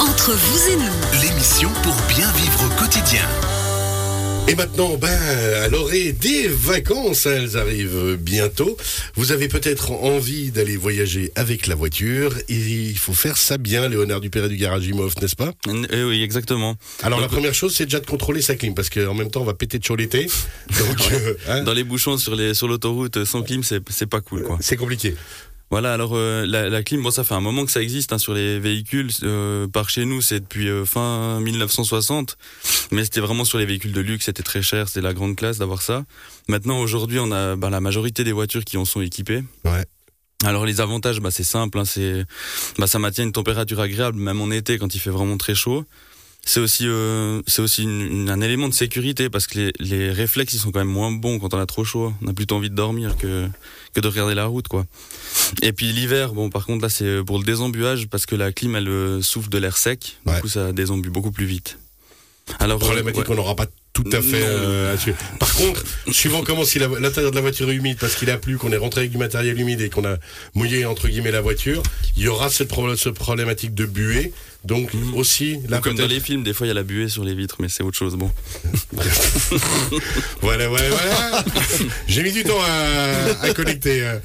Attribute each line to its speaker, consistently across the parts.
Speaker 1: Entre vous et nous,
Speaker 2: L'émission pour bien vivre au quotidien.
Speaker 3: Et maintenant, ben, à l'orée des vacances, elles arrivent bientôt. Vous avez peut-être envie d'aller voyager avec la voiture et il faut faire ça bien, Léonard Dupéré du Garage Imhoff, n'est-ce pas
Speaker 4: Eh oui, exactement.
Speaker 3: Alors la
Speaker 4: Donc-
Speaker 3: première chose, c'est déjà de contrôler sa clim parce qu'en même temps, on va péter de chaud l'été. Donc, euh, hein,
Speaker 4: Dans les bouchons sur les sur l'autoroute euh, sans clim, c'est c'est pas cool quoi.
Speaker 3: c'est compliqué.
Speaker 4: Voilà, alors euh, la, la clim, bon ça fait un moment que ça existe hein, sur les véhicules euh, par chez nous, c'est depuis euh, fin 1960, mais c'était vraiment sur les véhicules de luxe, c'était très cher, c'était la grande classe d'avoir ça. Maintenant aujourd'hui, on a bah, la majorité des voitures qui en sont équipées.
Speaker 3: Ouais.
Speaker 4: Alors les avantages, bah, c'est simple, hein, c'est bah, ça maintient une température agréable même en été quand il fait vraiment très chaud. C'est aussi euh, c'est aussi une- une- un élément de sécurité parce que les, les réflexes ils sont quand même moins bons quand on a trop chaud. On a plutôt envie de dormir que que de regarder la route quoi. Et puis l'hiver, bon par contre là c'est pour le désembuage parce que la clim elle euh, souffle de l'air sec. Du
Speaker 3: Ouais.
Speaker 4: coup ça désembue beaucoup plus vite. Alors
Speaker 3: Problématique
Speaker 4: euh, ouais.
Speaker 3: qu'on n'aura pas tout à fait
Speaker 4: Non.
Speaker 3: euh, à suivre. Par contre, suivant comment si la- l'intérieur de la voiture est humide parce qu'il a plu, qu'on est rentré avec du matériel humide et qu'on a mouillé entre guillemets la voiture, il y aura cette, pro- ce problématique de buée. Donc aussi là
Speaker 4: Mm. Ou comme dans
Speaker 3: peut-être-
Speaker 4: les films, des fois il y a la buée sur les vitres, mais c'est autre chose. Bon,
Speaker 3: Voilà, voilà, voilà. J'ai mis du temps à, à connecter. euh.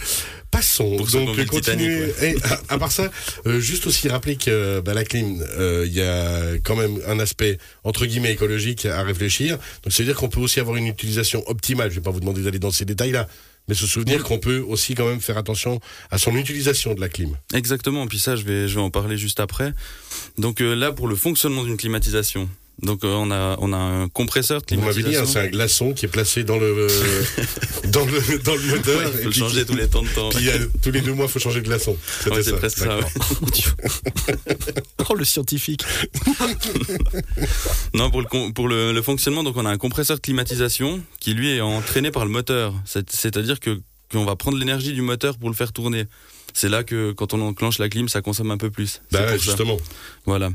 Speaker 3: Passons.
Speaker 4: Pour ceux qui ont
Speaker 3: Donc,
Speaker 4: vu le
Speaker 3: continuez. Et, à- à, part ça, euh, juste aussi rappeler que euh, bah, la clim, euh, il y a quand même un aspect entre guillemets écologique à réfléchir. Donc, c'est-à-dire qu'on peut aussi avoir une utilisation optimale. Je vais pas vous demander d'aller dans ces détails-là, mais se souvenir qu'on peut aussi quand même faire attention à son utilisation de la clim.
Speaker 4: Exactement, puis ça je vais, je vais en parler juste après. Donc euh, là pour le fonctionnement d'une climatisation. Donc euh, on a on a un compresseur de
Speaker 3: Vous m'avez dit, hein,
Speaker 4: climatisation.
Speaker 3: c'est un glaçon qui est placé dans le euh, dans le dans le moteur.
Speaker 4: Ouais, il faut le
Speaker 3: puis
Speaker 4: changer
Speaker 3: qui-
Speaker 4: tous les temps de temps.
Speaker 3: puis, euh, tous les deux mois, faut changer de glaçon. C'était
Speaker 4: Ouais, c'est
Speaker 3: ça.
Speaker 4: presque ça.
Speaker 3: D'accord.
Speaker 4: ouais.
Speaker 5: Oh, le scientifique.
Speaker 4: Non, pour, le, con- pour le, le fonctionnement, donc on a un compresseur de climatisation qui lui est entraîné par le moteur. C'est- C'est-à-dire que qu'on va prendre l'énergie du moteur pour le faire tourner. C'est là que quand on enclenche la clim, ça consomme un peu plus. C'est
Speaker 3: Bah,
Speaker 4: pour
Speaker 3: ouais,
Speaker 4: ça.
Speaker 3: justement.
Speaker 4: Voilà.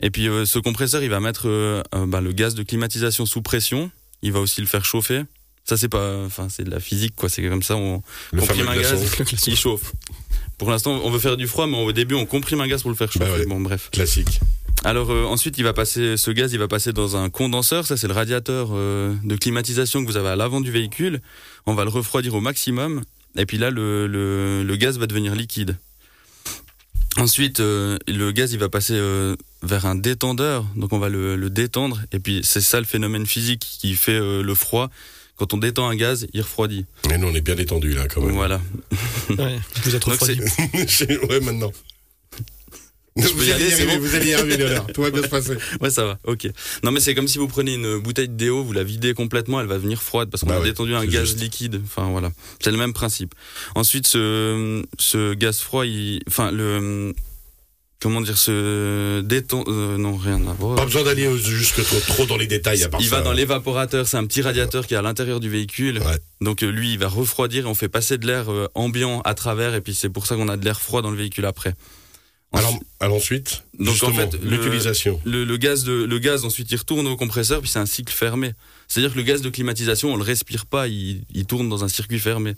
Speaker 4: Et puis euh, ce compresseur, il va mettre euh, euh, bah, le gaz de climatisation sous pression. Il va aussi le faire chauffer. Ça c'est pas, enfin c'est de la physique quoi. C'est comme ça, on
Speaker 3: Le
Speaker 4: comprime
Speaker 3: fameux
Speaker 4: un gaz,
Speaker 3: glaçon.
Speaker 4: il chauffe. Pour l'instant, on veut faire du froid, mais au début, on comprime un gaz pour le faire
Speaker 3: Bah
Speaker 4: chauffer.
Speaker 3: ouais.
Speaker 4: Bon bref.
Speaker 3: Classique.
Speaker 4: Alors euh, ensuite, il va passer ce gaz, il va passer dans un condenseur. Ça c'est le radiateur euh, de climatisation que vous avez à l'avant du véhicule. On va le refroidir au maximum. Et puis là, le, le- le gaz va devenir liquide. Ensuite, euh, le gaz il va passer euh, vers un détendeur, donc on va le, le détendre. Et puis c'est ça le phénomène physique qui fait euh, le froid. Quand on détend un gaz, il refroidit.
Speaker 3: Mais nous, on est bien détendu là, quand même.
Speaker 4: Voilà.
Speaker 5: Ouais, vous êtes
Speaker 4: Donc,
Speaker 5: refroidi.
Speaker 3: J'ai- ouais, maintenant. vous,
Speaker 4: peux y aller,
Speaker 3: allez y
Speaker 4: c'est
Speaker 3: arriver,
Speaker 4: bon
Speaker 3: vous allez y arriver, Léonard. Tout va bien se passer.
Speaker 4: Ouais, ça va, ok. Non, mais c'est comme si vous prenez une bouteille de déo, vous la videz complètement, elle va venir froide parce qu'on
Speaker 3: Bah
Speaker 4: a
Speaker 3: ouais,
Speaker 4: détendu un
Speaker 3: c'est
Speaker 4: gaz
Speaker 3: juste.
Speaker 4: liquide. Enfin, voilà. C'est le même principe. Ensuite, ce, ce gaz froid, il, enfin, le, comment dire, ce déton, euh, non, rien à voir.
Speaker 3: Pas besoin d'aller au- jusque trop, trop dans les détails à part
Speaker 4: Il
Speaker 3: ça.
Speaker 4: va dans l'évaporateur, c'est un petit radiateur qui est à l'intérieur du véhicule.
Speaker 3: Ouais.
Speaker 4: Donc euh, lui, il va refroidir et on fait passer de l'air euh, ambiant à travers et puis c'est pour ça qu'on a de l'air froid dans le véhicule après.
Speaker 3: Alors, alors ensuite,
Speaker 4: Donc,
Speaker 3: justement,
Speaker 4: en fait, le-
Speaker 3: l'utilisation.
Speaker 4: le, le gaz de, le gaz ensuite il retourne au compresseur puis c'est un cycle fermé. C'est-à-dire que le gaz de climatisation on le respire pas, il, il tourne dans un circuit fermé.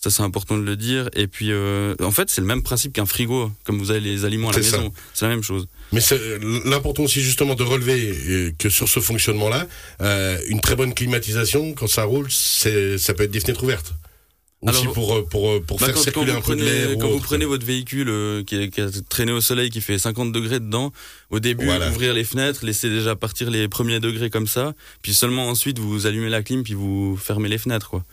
Speaker 4: Ça c'est important de le dire. Et puis euh, en fait c'est le même principe qu'un frigo, comme vous avez les aliments à la
Speaker 3: C'est ça.
Speaker 4: maison, c'est la même chose.
Speaker 3: Mais c'est euh, l'important aussi justement de relever euh, que sur ce fonctionnement-là, euh, une très bonne climatisation, quand ça roule, c'est- ça peut être des fenêtres ouvertes. Aussi
Speaker 4: Alors,
Speaker 3: pour, euh, pour, euh, pour
Speaker 4: Bah,
Speaker 3: faire
Speaker 4: quand, quand
Speaker 3: circuler
Speaker 4: vous
Speaker 3: un peu de
Speaker 4: prenez,
Speaker 3: l'air. ou
Speaker 4: quand vous
Speaker 3: autre.
Speaker 4: prenez votre véhicule euh, qui, est, qui a traîné au soleil, qui fait 50 degrés dedans, au début,
Speaker 3: Voilà.
Speaker 4: ouvrir les fenêtres, laisser déjà partir les premiers degrés comme ça, puis seulement ensuite vous allumez la clim, puis vous fermez les fenêtres. quoi.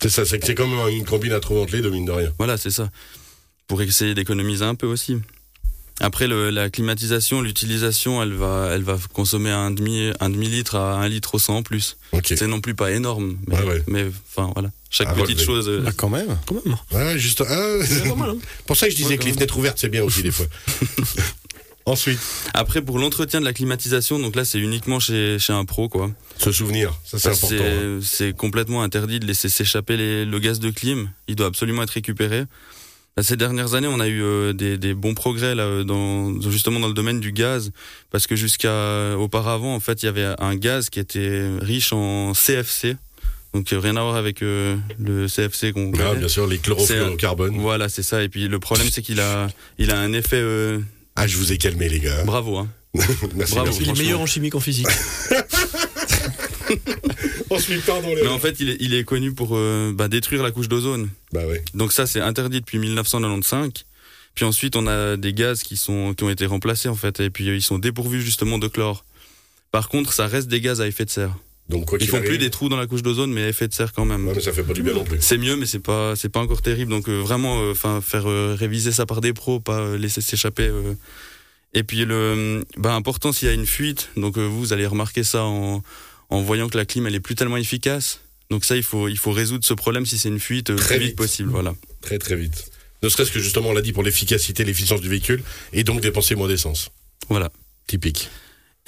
Speaker 3: C'est ça, c'est que c'est quand même une combine à trouver entre les deux, mine de rien.
Speaker 4: Voilà, c'est ça. Pour essayer d'économiser un peu aussi. Après, le- la climatisation, l'utilisation, elle va, elle va consommer un demi, un demi litre à un litre au 100 en plus.
Speaker 3: Ok.
Speaker 4: C'est non plus pas énorme, mais,
Speaker 3: Ouais, ouais.
Speaker 4: mais, enfin voilà, chaque
Speaker 3: À
Speaker 4: petite
Speaker 3: relever.
Speaker 4: chose. euh,
Speaker 5: Ah, quand même. Quand même.
Speaker 3: Ouais, juste. ah,
Speaker 5: C'est pas mal, hein.
Speaker 3: Pour ça, que je disais
Speaker 4: Ouais,
Speaker 3: que
Speaker 4: quand
Speaker 3: les
Speaker 4: même.
Speaker 3: fenêtres ouvertes, c'est bien aussi des fois. Ensuite,
Speaker 4: Après, pour l'entretien de la climatisation, donc là, c'est uniquement chez, chez un pro, quoi.
Speaker 3: se souvenir, ça c'est
Speaker 4: Parce que
Speaker 3: important. hein.
Speaker 4: Bah, C'est c'est complètement interdit de laisser s'échapper les- le gaz de clim. Il doit absolument être récupéré. Bah, Ces dernières années, on a eu euh, des, des bons progrès là, euh, dans, justement dans le domaine du gaz, parce que jusqu'à auparavant, en fait, il y avait un gaz qui était riche en CFC, donc euh, rien à voir avec euh, le CFC qu'on
Speaker 3: Ah,
Speaker 4: connaît.
Speaker 3: bien sûr, les chlorofluorocarbone.
Speaker 4: Voilà, c'est ça. Et puis le problème, c'est qu'il a, il a un effet. euh,
Speaker 3: Ah, je vous ai calmé, les gars.
Speaker 4: bravo. Hein. Bravo.
Speaker 3: Merci, merci.
Speaker 5: Il est
Speaker 4: franchement.
Speaker 5: meilleur en chimie qu'en physique.
Speaker 3: On se met pas dans les.
Speaker 4: Mais en fait, il est, il est connu pour euh, bah, détruire la couche d'ozone.
Speaker 3: Bah ouais.
Speaker 4: Donc ça, c'est interdit depuis 1995. Puis ensuite, on a des gaz qui, sont, qui ont été remplacés, en fait, et puis euh, ils sont dépourvus justement de chlore. Par contre, ça reste des gaz à effet de serre.
Speaker 3: Donc quoi
Speaker 4: Ils
Speaker 3: qu'il
Speaker 4: font plus
Speaker 3: arrive-
Speaker 4: des trous dans la couche d'ozone, mais à effet de serre quand même.
Speaker 3: Ouais, mais ça fait pas du bien non plus.
Speaker 4: C'est mieux, mais c'est pas, c'est pas encore terrible. Donc euh, vraiment, euh, 'fin, faire euh, réviser ça par des pros, pas euh, laisser s'échapper. euh. Et puis le, euh, bah, important s'il y a une fuite. Donc euh, vous allez remarquer ça en, en voyant que la clim elle est plus tellement efficace. Donc ça, il faut, il faut résoudre ce problème si c'est une fuite euh, le
Speaker 3: Très
Speaker 4: plus vite,
Speaker 3: vite.
Speaker 4: possible. Voilà.
Speaker 3: Très très vite. Ne serait-ce que justement, on l'a dit pour l'efficacité, l'efficience du véhicule et donc dépenser moins d'essence.
Speaker 4: Voilà.
Speaker 3: Typique.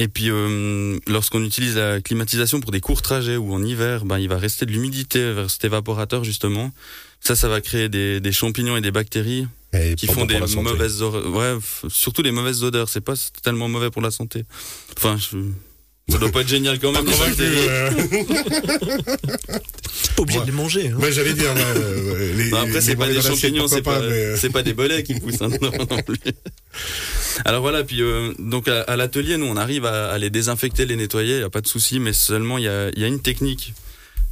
Speaker 4: Et puis euh, lorsqu'on utilise la climatisation pour des courts trajets ou en hiver, ben, il va rester de l'humidité vers cet évaporateur justement. Ça, ça va créer des, des champignons et des bactéries
Speaker 3: Et
Speaker 4: qui
Speaker 3: pas
Speaker 4: font
Speaker 3: bon
Speaker 4: des
Speaker 3: pour la santé.
Speaker 4: mauvaises odeurs. Ouais, f- surtout les mauvaises odeurs. C'est pas tellement mauvais pour la santé. Enfin, je... ça doit pas être génial quand même. les
Speaker 3: Convaincu,
Speaker 4: bactéries.
Speaker 3: euh,
Speaker 5: T'es pas obligé de les manger. hein.
Speaker 3: ouais, j'allais dire. ouais, euh, les-
Speaker 4: Enfin, Bah, après,
Speaker 3: les
Speaker 4: c'est pas
Speaker 3: mauvaises
Speaker 4: des
Speaker 3: recettes,
Speaker 4: champignons,
Speaker 3: pourquoi
Speaker 4: c'est pas,
Speaker 3: mais, euh,
Speaker 4: c'est pas des bolets qui poussent. hein, non, non plus. Alors voilà, puis euh, donc à, à l'atelier, nous on arrive à, à les désinfecter, les nettoyer, y a pas de souci, mais seulement il y a, il y a une technique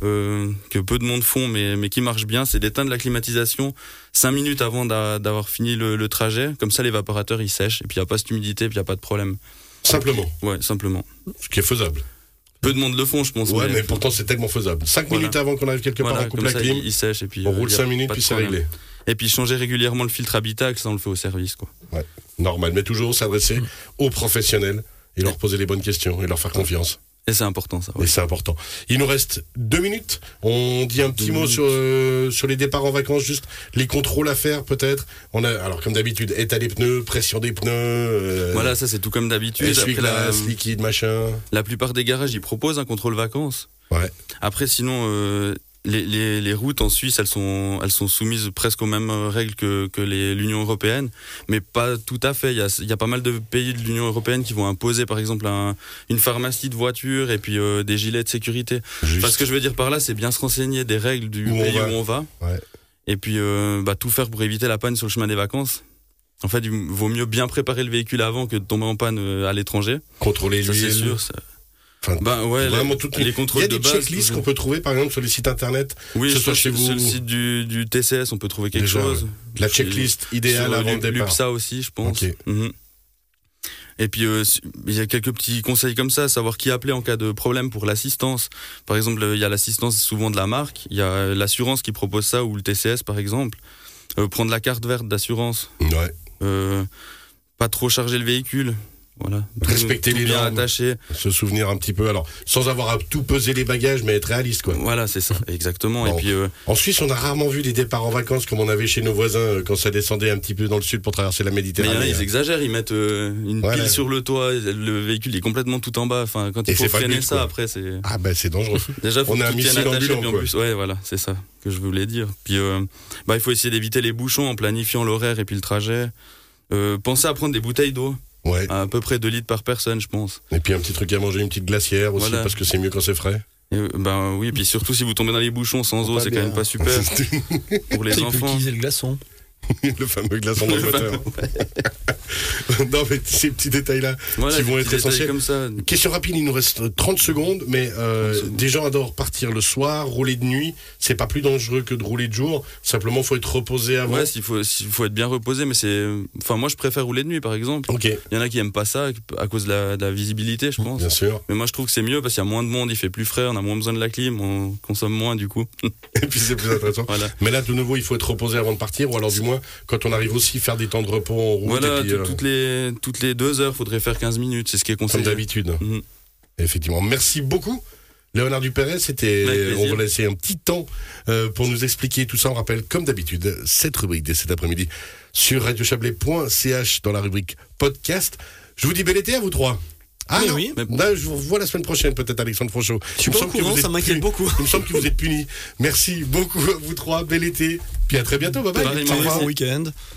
Speaker 4: euh, que peu de monde font, mais, mais qui marche bien, c'est d'éteindre la climatisation 5 minutes avant d'a- d'avoir fini le, le trajet. Comme ça, l'évaporateur il sèche, et puis il y a pas cette humidité, puis il y a pas de problème.
Speaker 3: Simplement,
Speaker 4: Ouais, simplement.
Speaker 3: ce qui est faisable.
Speaker 4: Peu de monde le font, je pense.
Speaker 3: Ouais, mais pourtant, c'est tellement faisable. 5
Speaker 4: Voilà.
Speaker 3: minutes avant qu'on arrive quelque part,
Speaker 4: voilà,
Speaker 3: on coupe
Speaker 4: comme
Speaker 3: la
Speaker 4: ça,
Speaker 3: clim,
Speaker 4: il, il sèche et puis
Speaker 3: on
Speaker 4: euh,
Speaker 3: roule
Speaker 4: y a
Speaker 3: 5 minutes,
Speaker 4: pas de
Speaker 3: puis c'est
Speaker 4: problème.
Speaker 3: réglé.
Speaker 4: Et puis changer régulièrement le filtre habitacle, ça on le fait au service, quoi.
Speaker 3: Normal, mais toujours s'adresser
Speaker 4: Mm.
Speaker 3: aux professionnels et leur poser les bonnes questions et leur faire confiance.
Speaker 4: Et c'est important, ça.
Speaker 3: Et
Speaker 4: ouais.
Speaker 3: c'est important. Il nous reste deux minutes. On dit un petit
Speaker 4: Deux
Speaker 3: mot
Speaker 4: minutes.
Speaker 3: sur, euh, sur les départs en vacances, juste les contrôles à faire peut-être. On a alors comme d'habitude état des pneus, pression des pneus, euh,
Speaker 4: Voilà, ça c'est tout comme d'habitude. Après, la,
Speaker 3: essuie-glace, liquide, machin.
Speaker 4: la plupart des garages, ils proposent un contrôle vacances.
Speaker 3: Ouais.
Speaker 4: Après, sinon, euh, les, les- les routes en Suisse, elles sont, elles sont soumises presque aux mêmes euh, règles que, que les- l'Union européenne, mais pas tout à fait. Il y a, il y a pas mal de pays de l'Union européenne qui vont imposer, par exemple, un- une pharmacie de voitures et puis euh, des gilets de sécurité.
Speaker 3: Juste.
Speaker 4: Parce que je veux dire par là, c'est bien se renseigner des règles du
Speaker 3: Où on
Speaker 4: pays
Speaker 3: va.
Speaker 4: où on va.
Speaker 3: Ouais.
Speaker 4: Et puis, euh, bah, tout faire pour éviter la panne sur le chemin des vacances. En fait, il vaut mieux bien préparer le véhicule avant que de tomber en panne euh, à l'étranger.
Speaker 3: contrôler
Speaker 4: Ça, c'est
Speaker 3: l'huile.
Speaker 4: sûr. ça.
Speaker 3: Enfin,
Speaker 4: Ben ouais,
Speaker 3: Vraiment
Speaker 4: les,
Speaker 3: tout.
Speaker 4: les
Speaker 3: Il
Speaker 4: contrôles
Speaker 3: y a
Speaker 4: de
Speaker 3: des
Speaker 4: base,
Speaker 3: checklists
Speaker 4: toujours.
Speaker 3: qu'on peut trouver par exemple sur les sites internet.
Speaker 4: Oui,
Speaker 3: que ce
Speaker 4: sur-
Speaker 3: soit chez vous.
Speaker 4: Sur le site du, du TCS, on peut trouver quelque
Speaker 3: Déjà,
Speaker 4: chose.
Speaker 3: La checklist idéale
Speaker 4: Sur
Speaker 3: avant le
Speaker 4: l'U-
Speaker 3: départ.
Speaker 4: l'UPSA aussi, je pense.
Speaker 3: Ok.
Speaker 4: Mhm. Et puis, euh, su- il y a quelques petits conseils comme ça, savoir qui appeler en cas de problème pour l'assistance. Par exemple, euh, il y a l'assistance souvent de la marque, il y a euh, l'assurance qui propose ça, ou le TCS par exemple. Euh, prendre la carte verte d'assurance,
Speaker 3: Ouais.
Speaker 4: Euh, pas trop charger le véhicule. Voilà. Tout-
Speaker 3: Respecter
Speaker 4: tout
Speaker 3: les
Speaker 4: bien
Speaker 3: normes.
Speaker 4: attaché.
Speaker 3: Se souvenir un petit peu. Alors sans avoir à tout peser les bagages, mais être réaliste quoi.
Speaker 4: Voilà, c'est ça, exactement.
Speaker 3: Bon.
Speaker 4: Et puis, euh,
Speaker 3: En Suisse, on a rarement vu des départs en vacances comme on avait chez nos voisins euh, quand ça descendait un petit peu dans le sud pour traverser la
Speaker 4: Mais il
Speaker 3: Méditerranée.
Speaker 4: y en a, ils exagèrent, ils mettent euh, une
Speaker 3: Ouais, ouais.
Speaker 4: pile sur le toit, le véhicule est complètement tout en bas. Enfin, quand
Speaker 3: Et
Speaker 4: il faut
Speaker 3: c'est pas le
Speaker 4: freiner
Speaker 3: but,
Speaker 4: ça,
Speaker 3: quoi.
Speaker 4: après, c'est.
Speaker 3: Ah ben c'est dangereux.
Speaker 4: Déjà, faut
Speaker 3: On
Speaker 4: que
Speaker 3: a un
Speaker 4: tout tienne
Speaker 3: missile
Speaker 4: attaché,
Speaker 3: ambulant,
Speaker 4: puis en
Speaker 3: quoi.
Speaker 4: plus- Ouais, voilà, c'est ça que je voulais dire. Puis, euh, bah, il faut essayer d'éviter les bouchons en planifiant l'horaire et puis le trajet. Euh, pensez à prendre des bouteilles d'eau,
Speaker 3: Ouais.
Speaker 4: à, à peu près 2 litres par personne, je pense.
Speaker 3: Et puis un petit truc à manger, une petite glacière aussi
Speaker 4: Voilà.
Speaker 3: parce que c'est mieux quand c'est frais.
Speaker 4: Et, euh, ben oui, puis surtout si vous tombez dans les bouchons sans eau,
Speaker 3: pas
Speaker 4: c'est
Speaker 3: bien.
Speaker 4: quand même pas super pour les
Speaker 5: Il peut
Speaker 4: enfants.
Speaker 5: utiliser le glaçon.
Speaker 3: le fameux glaçon dans le
Speaker 4: Le
Speaker 3: moteur. non mais ces petits détails là.
Speaker 4: Voilà,
Speaker 3: Qui
Speaker 4: des
Speaker 3: vont
Speaker 4: petits
Speaker 3: être
Speaker 4: détails
Speaker 3: essentiels.
Speaker 4: comme ça.
Speaker 3: Question rapide, il nous reste 30 secondes, mais euh,
Speaker 4: 30 secondes.
Speaker 3: des gens adorent partir le soir, rouler de nuit. C'est pas plus dangereux que de rouler de jour. Simplement, faut être reposé avant.
Speaker 4: Ouais, s'il faut, s'il faut être bien reposé, mais c'est. Enfin, moi, je préfère rouler de nuit, par exemple.
Speaker 3: ok,
Speaker 4: Il y en a qui aiment pas ça à cause de la, de la visibilité, je pense.
Speaker 3: bien sûr.
Speaker 4: Mais moi, je trouve que c'est mieux parce qu'il y a moins de monde, il fait plus frais, on a moins besoin de la clim, on consomme moins du coup.
Speaker 3: Et puis c'est plus intéressant.
Speaker 4: Voilà,
Speaker 3: Mais là, de nouveau, il faut être reposé avant de partir, ou alors du moins quand on arrive aussi faire des temps de repos en route.
Speaker 4: voilà
Speaker 3: et puis,
Speaker 4: tout-
Speaker 3: euh,
Speaker 4: toutes, les, toutes les deux heures, faudrait faire 15 minutes, c'est ce qui est
Speaker 3: Comme
Speaker 4: conseillé.
Speaker 3: d'habitude.
Speaker 5: Mm.
Speaker 4: Mhm.
Speaker 3: Effectivement. Merci beaucoup. Léonard Dupéret,
Speaker 4: Avec
Speaker 3: c'était,
Speaker 4: plaisir.
Speaker 3: on vous laissait un petit temps euh, pour nous expliquer tout ça. On rappelle, comme d'habitude, cette rubrique dès cet après-midi sur radiochablais.ch dans la rubrique podcast. Je vous dis bel été à vous trois. Ah
Speaker 5: Mais
Speaker 3: non.
Speaker 5: oui.
Speaker 4: Mais-
Speaker 3: Là, je vous revois la semaine prochaine, peut-être, Alexandre Franchot.
Speaker 5: Je suis
Speaker 3: Il me
Speaker 5: pas au
Speaker 3: semble que
Speaker 5: courant,
Speaker 3: vous êtes
Speaker 5: ça m'inquiète
Speaker 3: puni.
Speaker 5: beaucoup.
Speaker 3: Il me semble que vous êtes punis. Merci beaucoup à vous trois. Bel été. Puis à très bientôt. Bye bye.
Speaker 4: Pareil,
Speaker 5: Au revoir, week-end.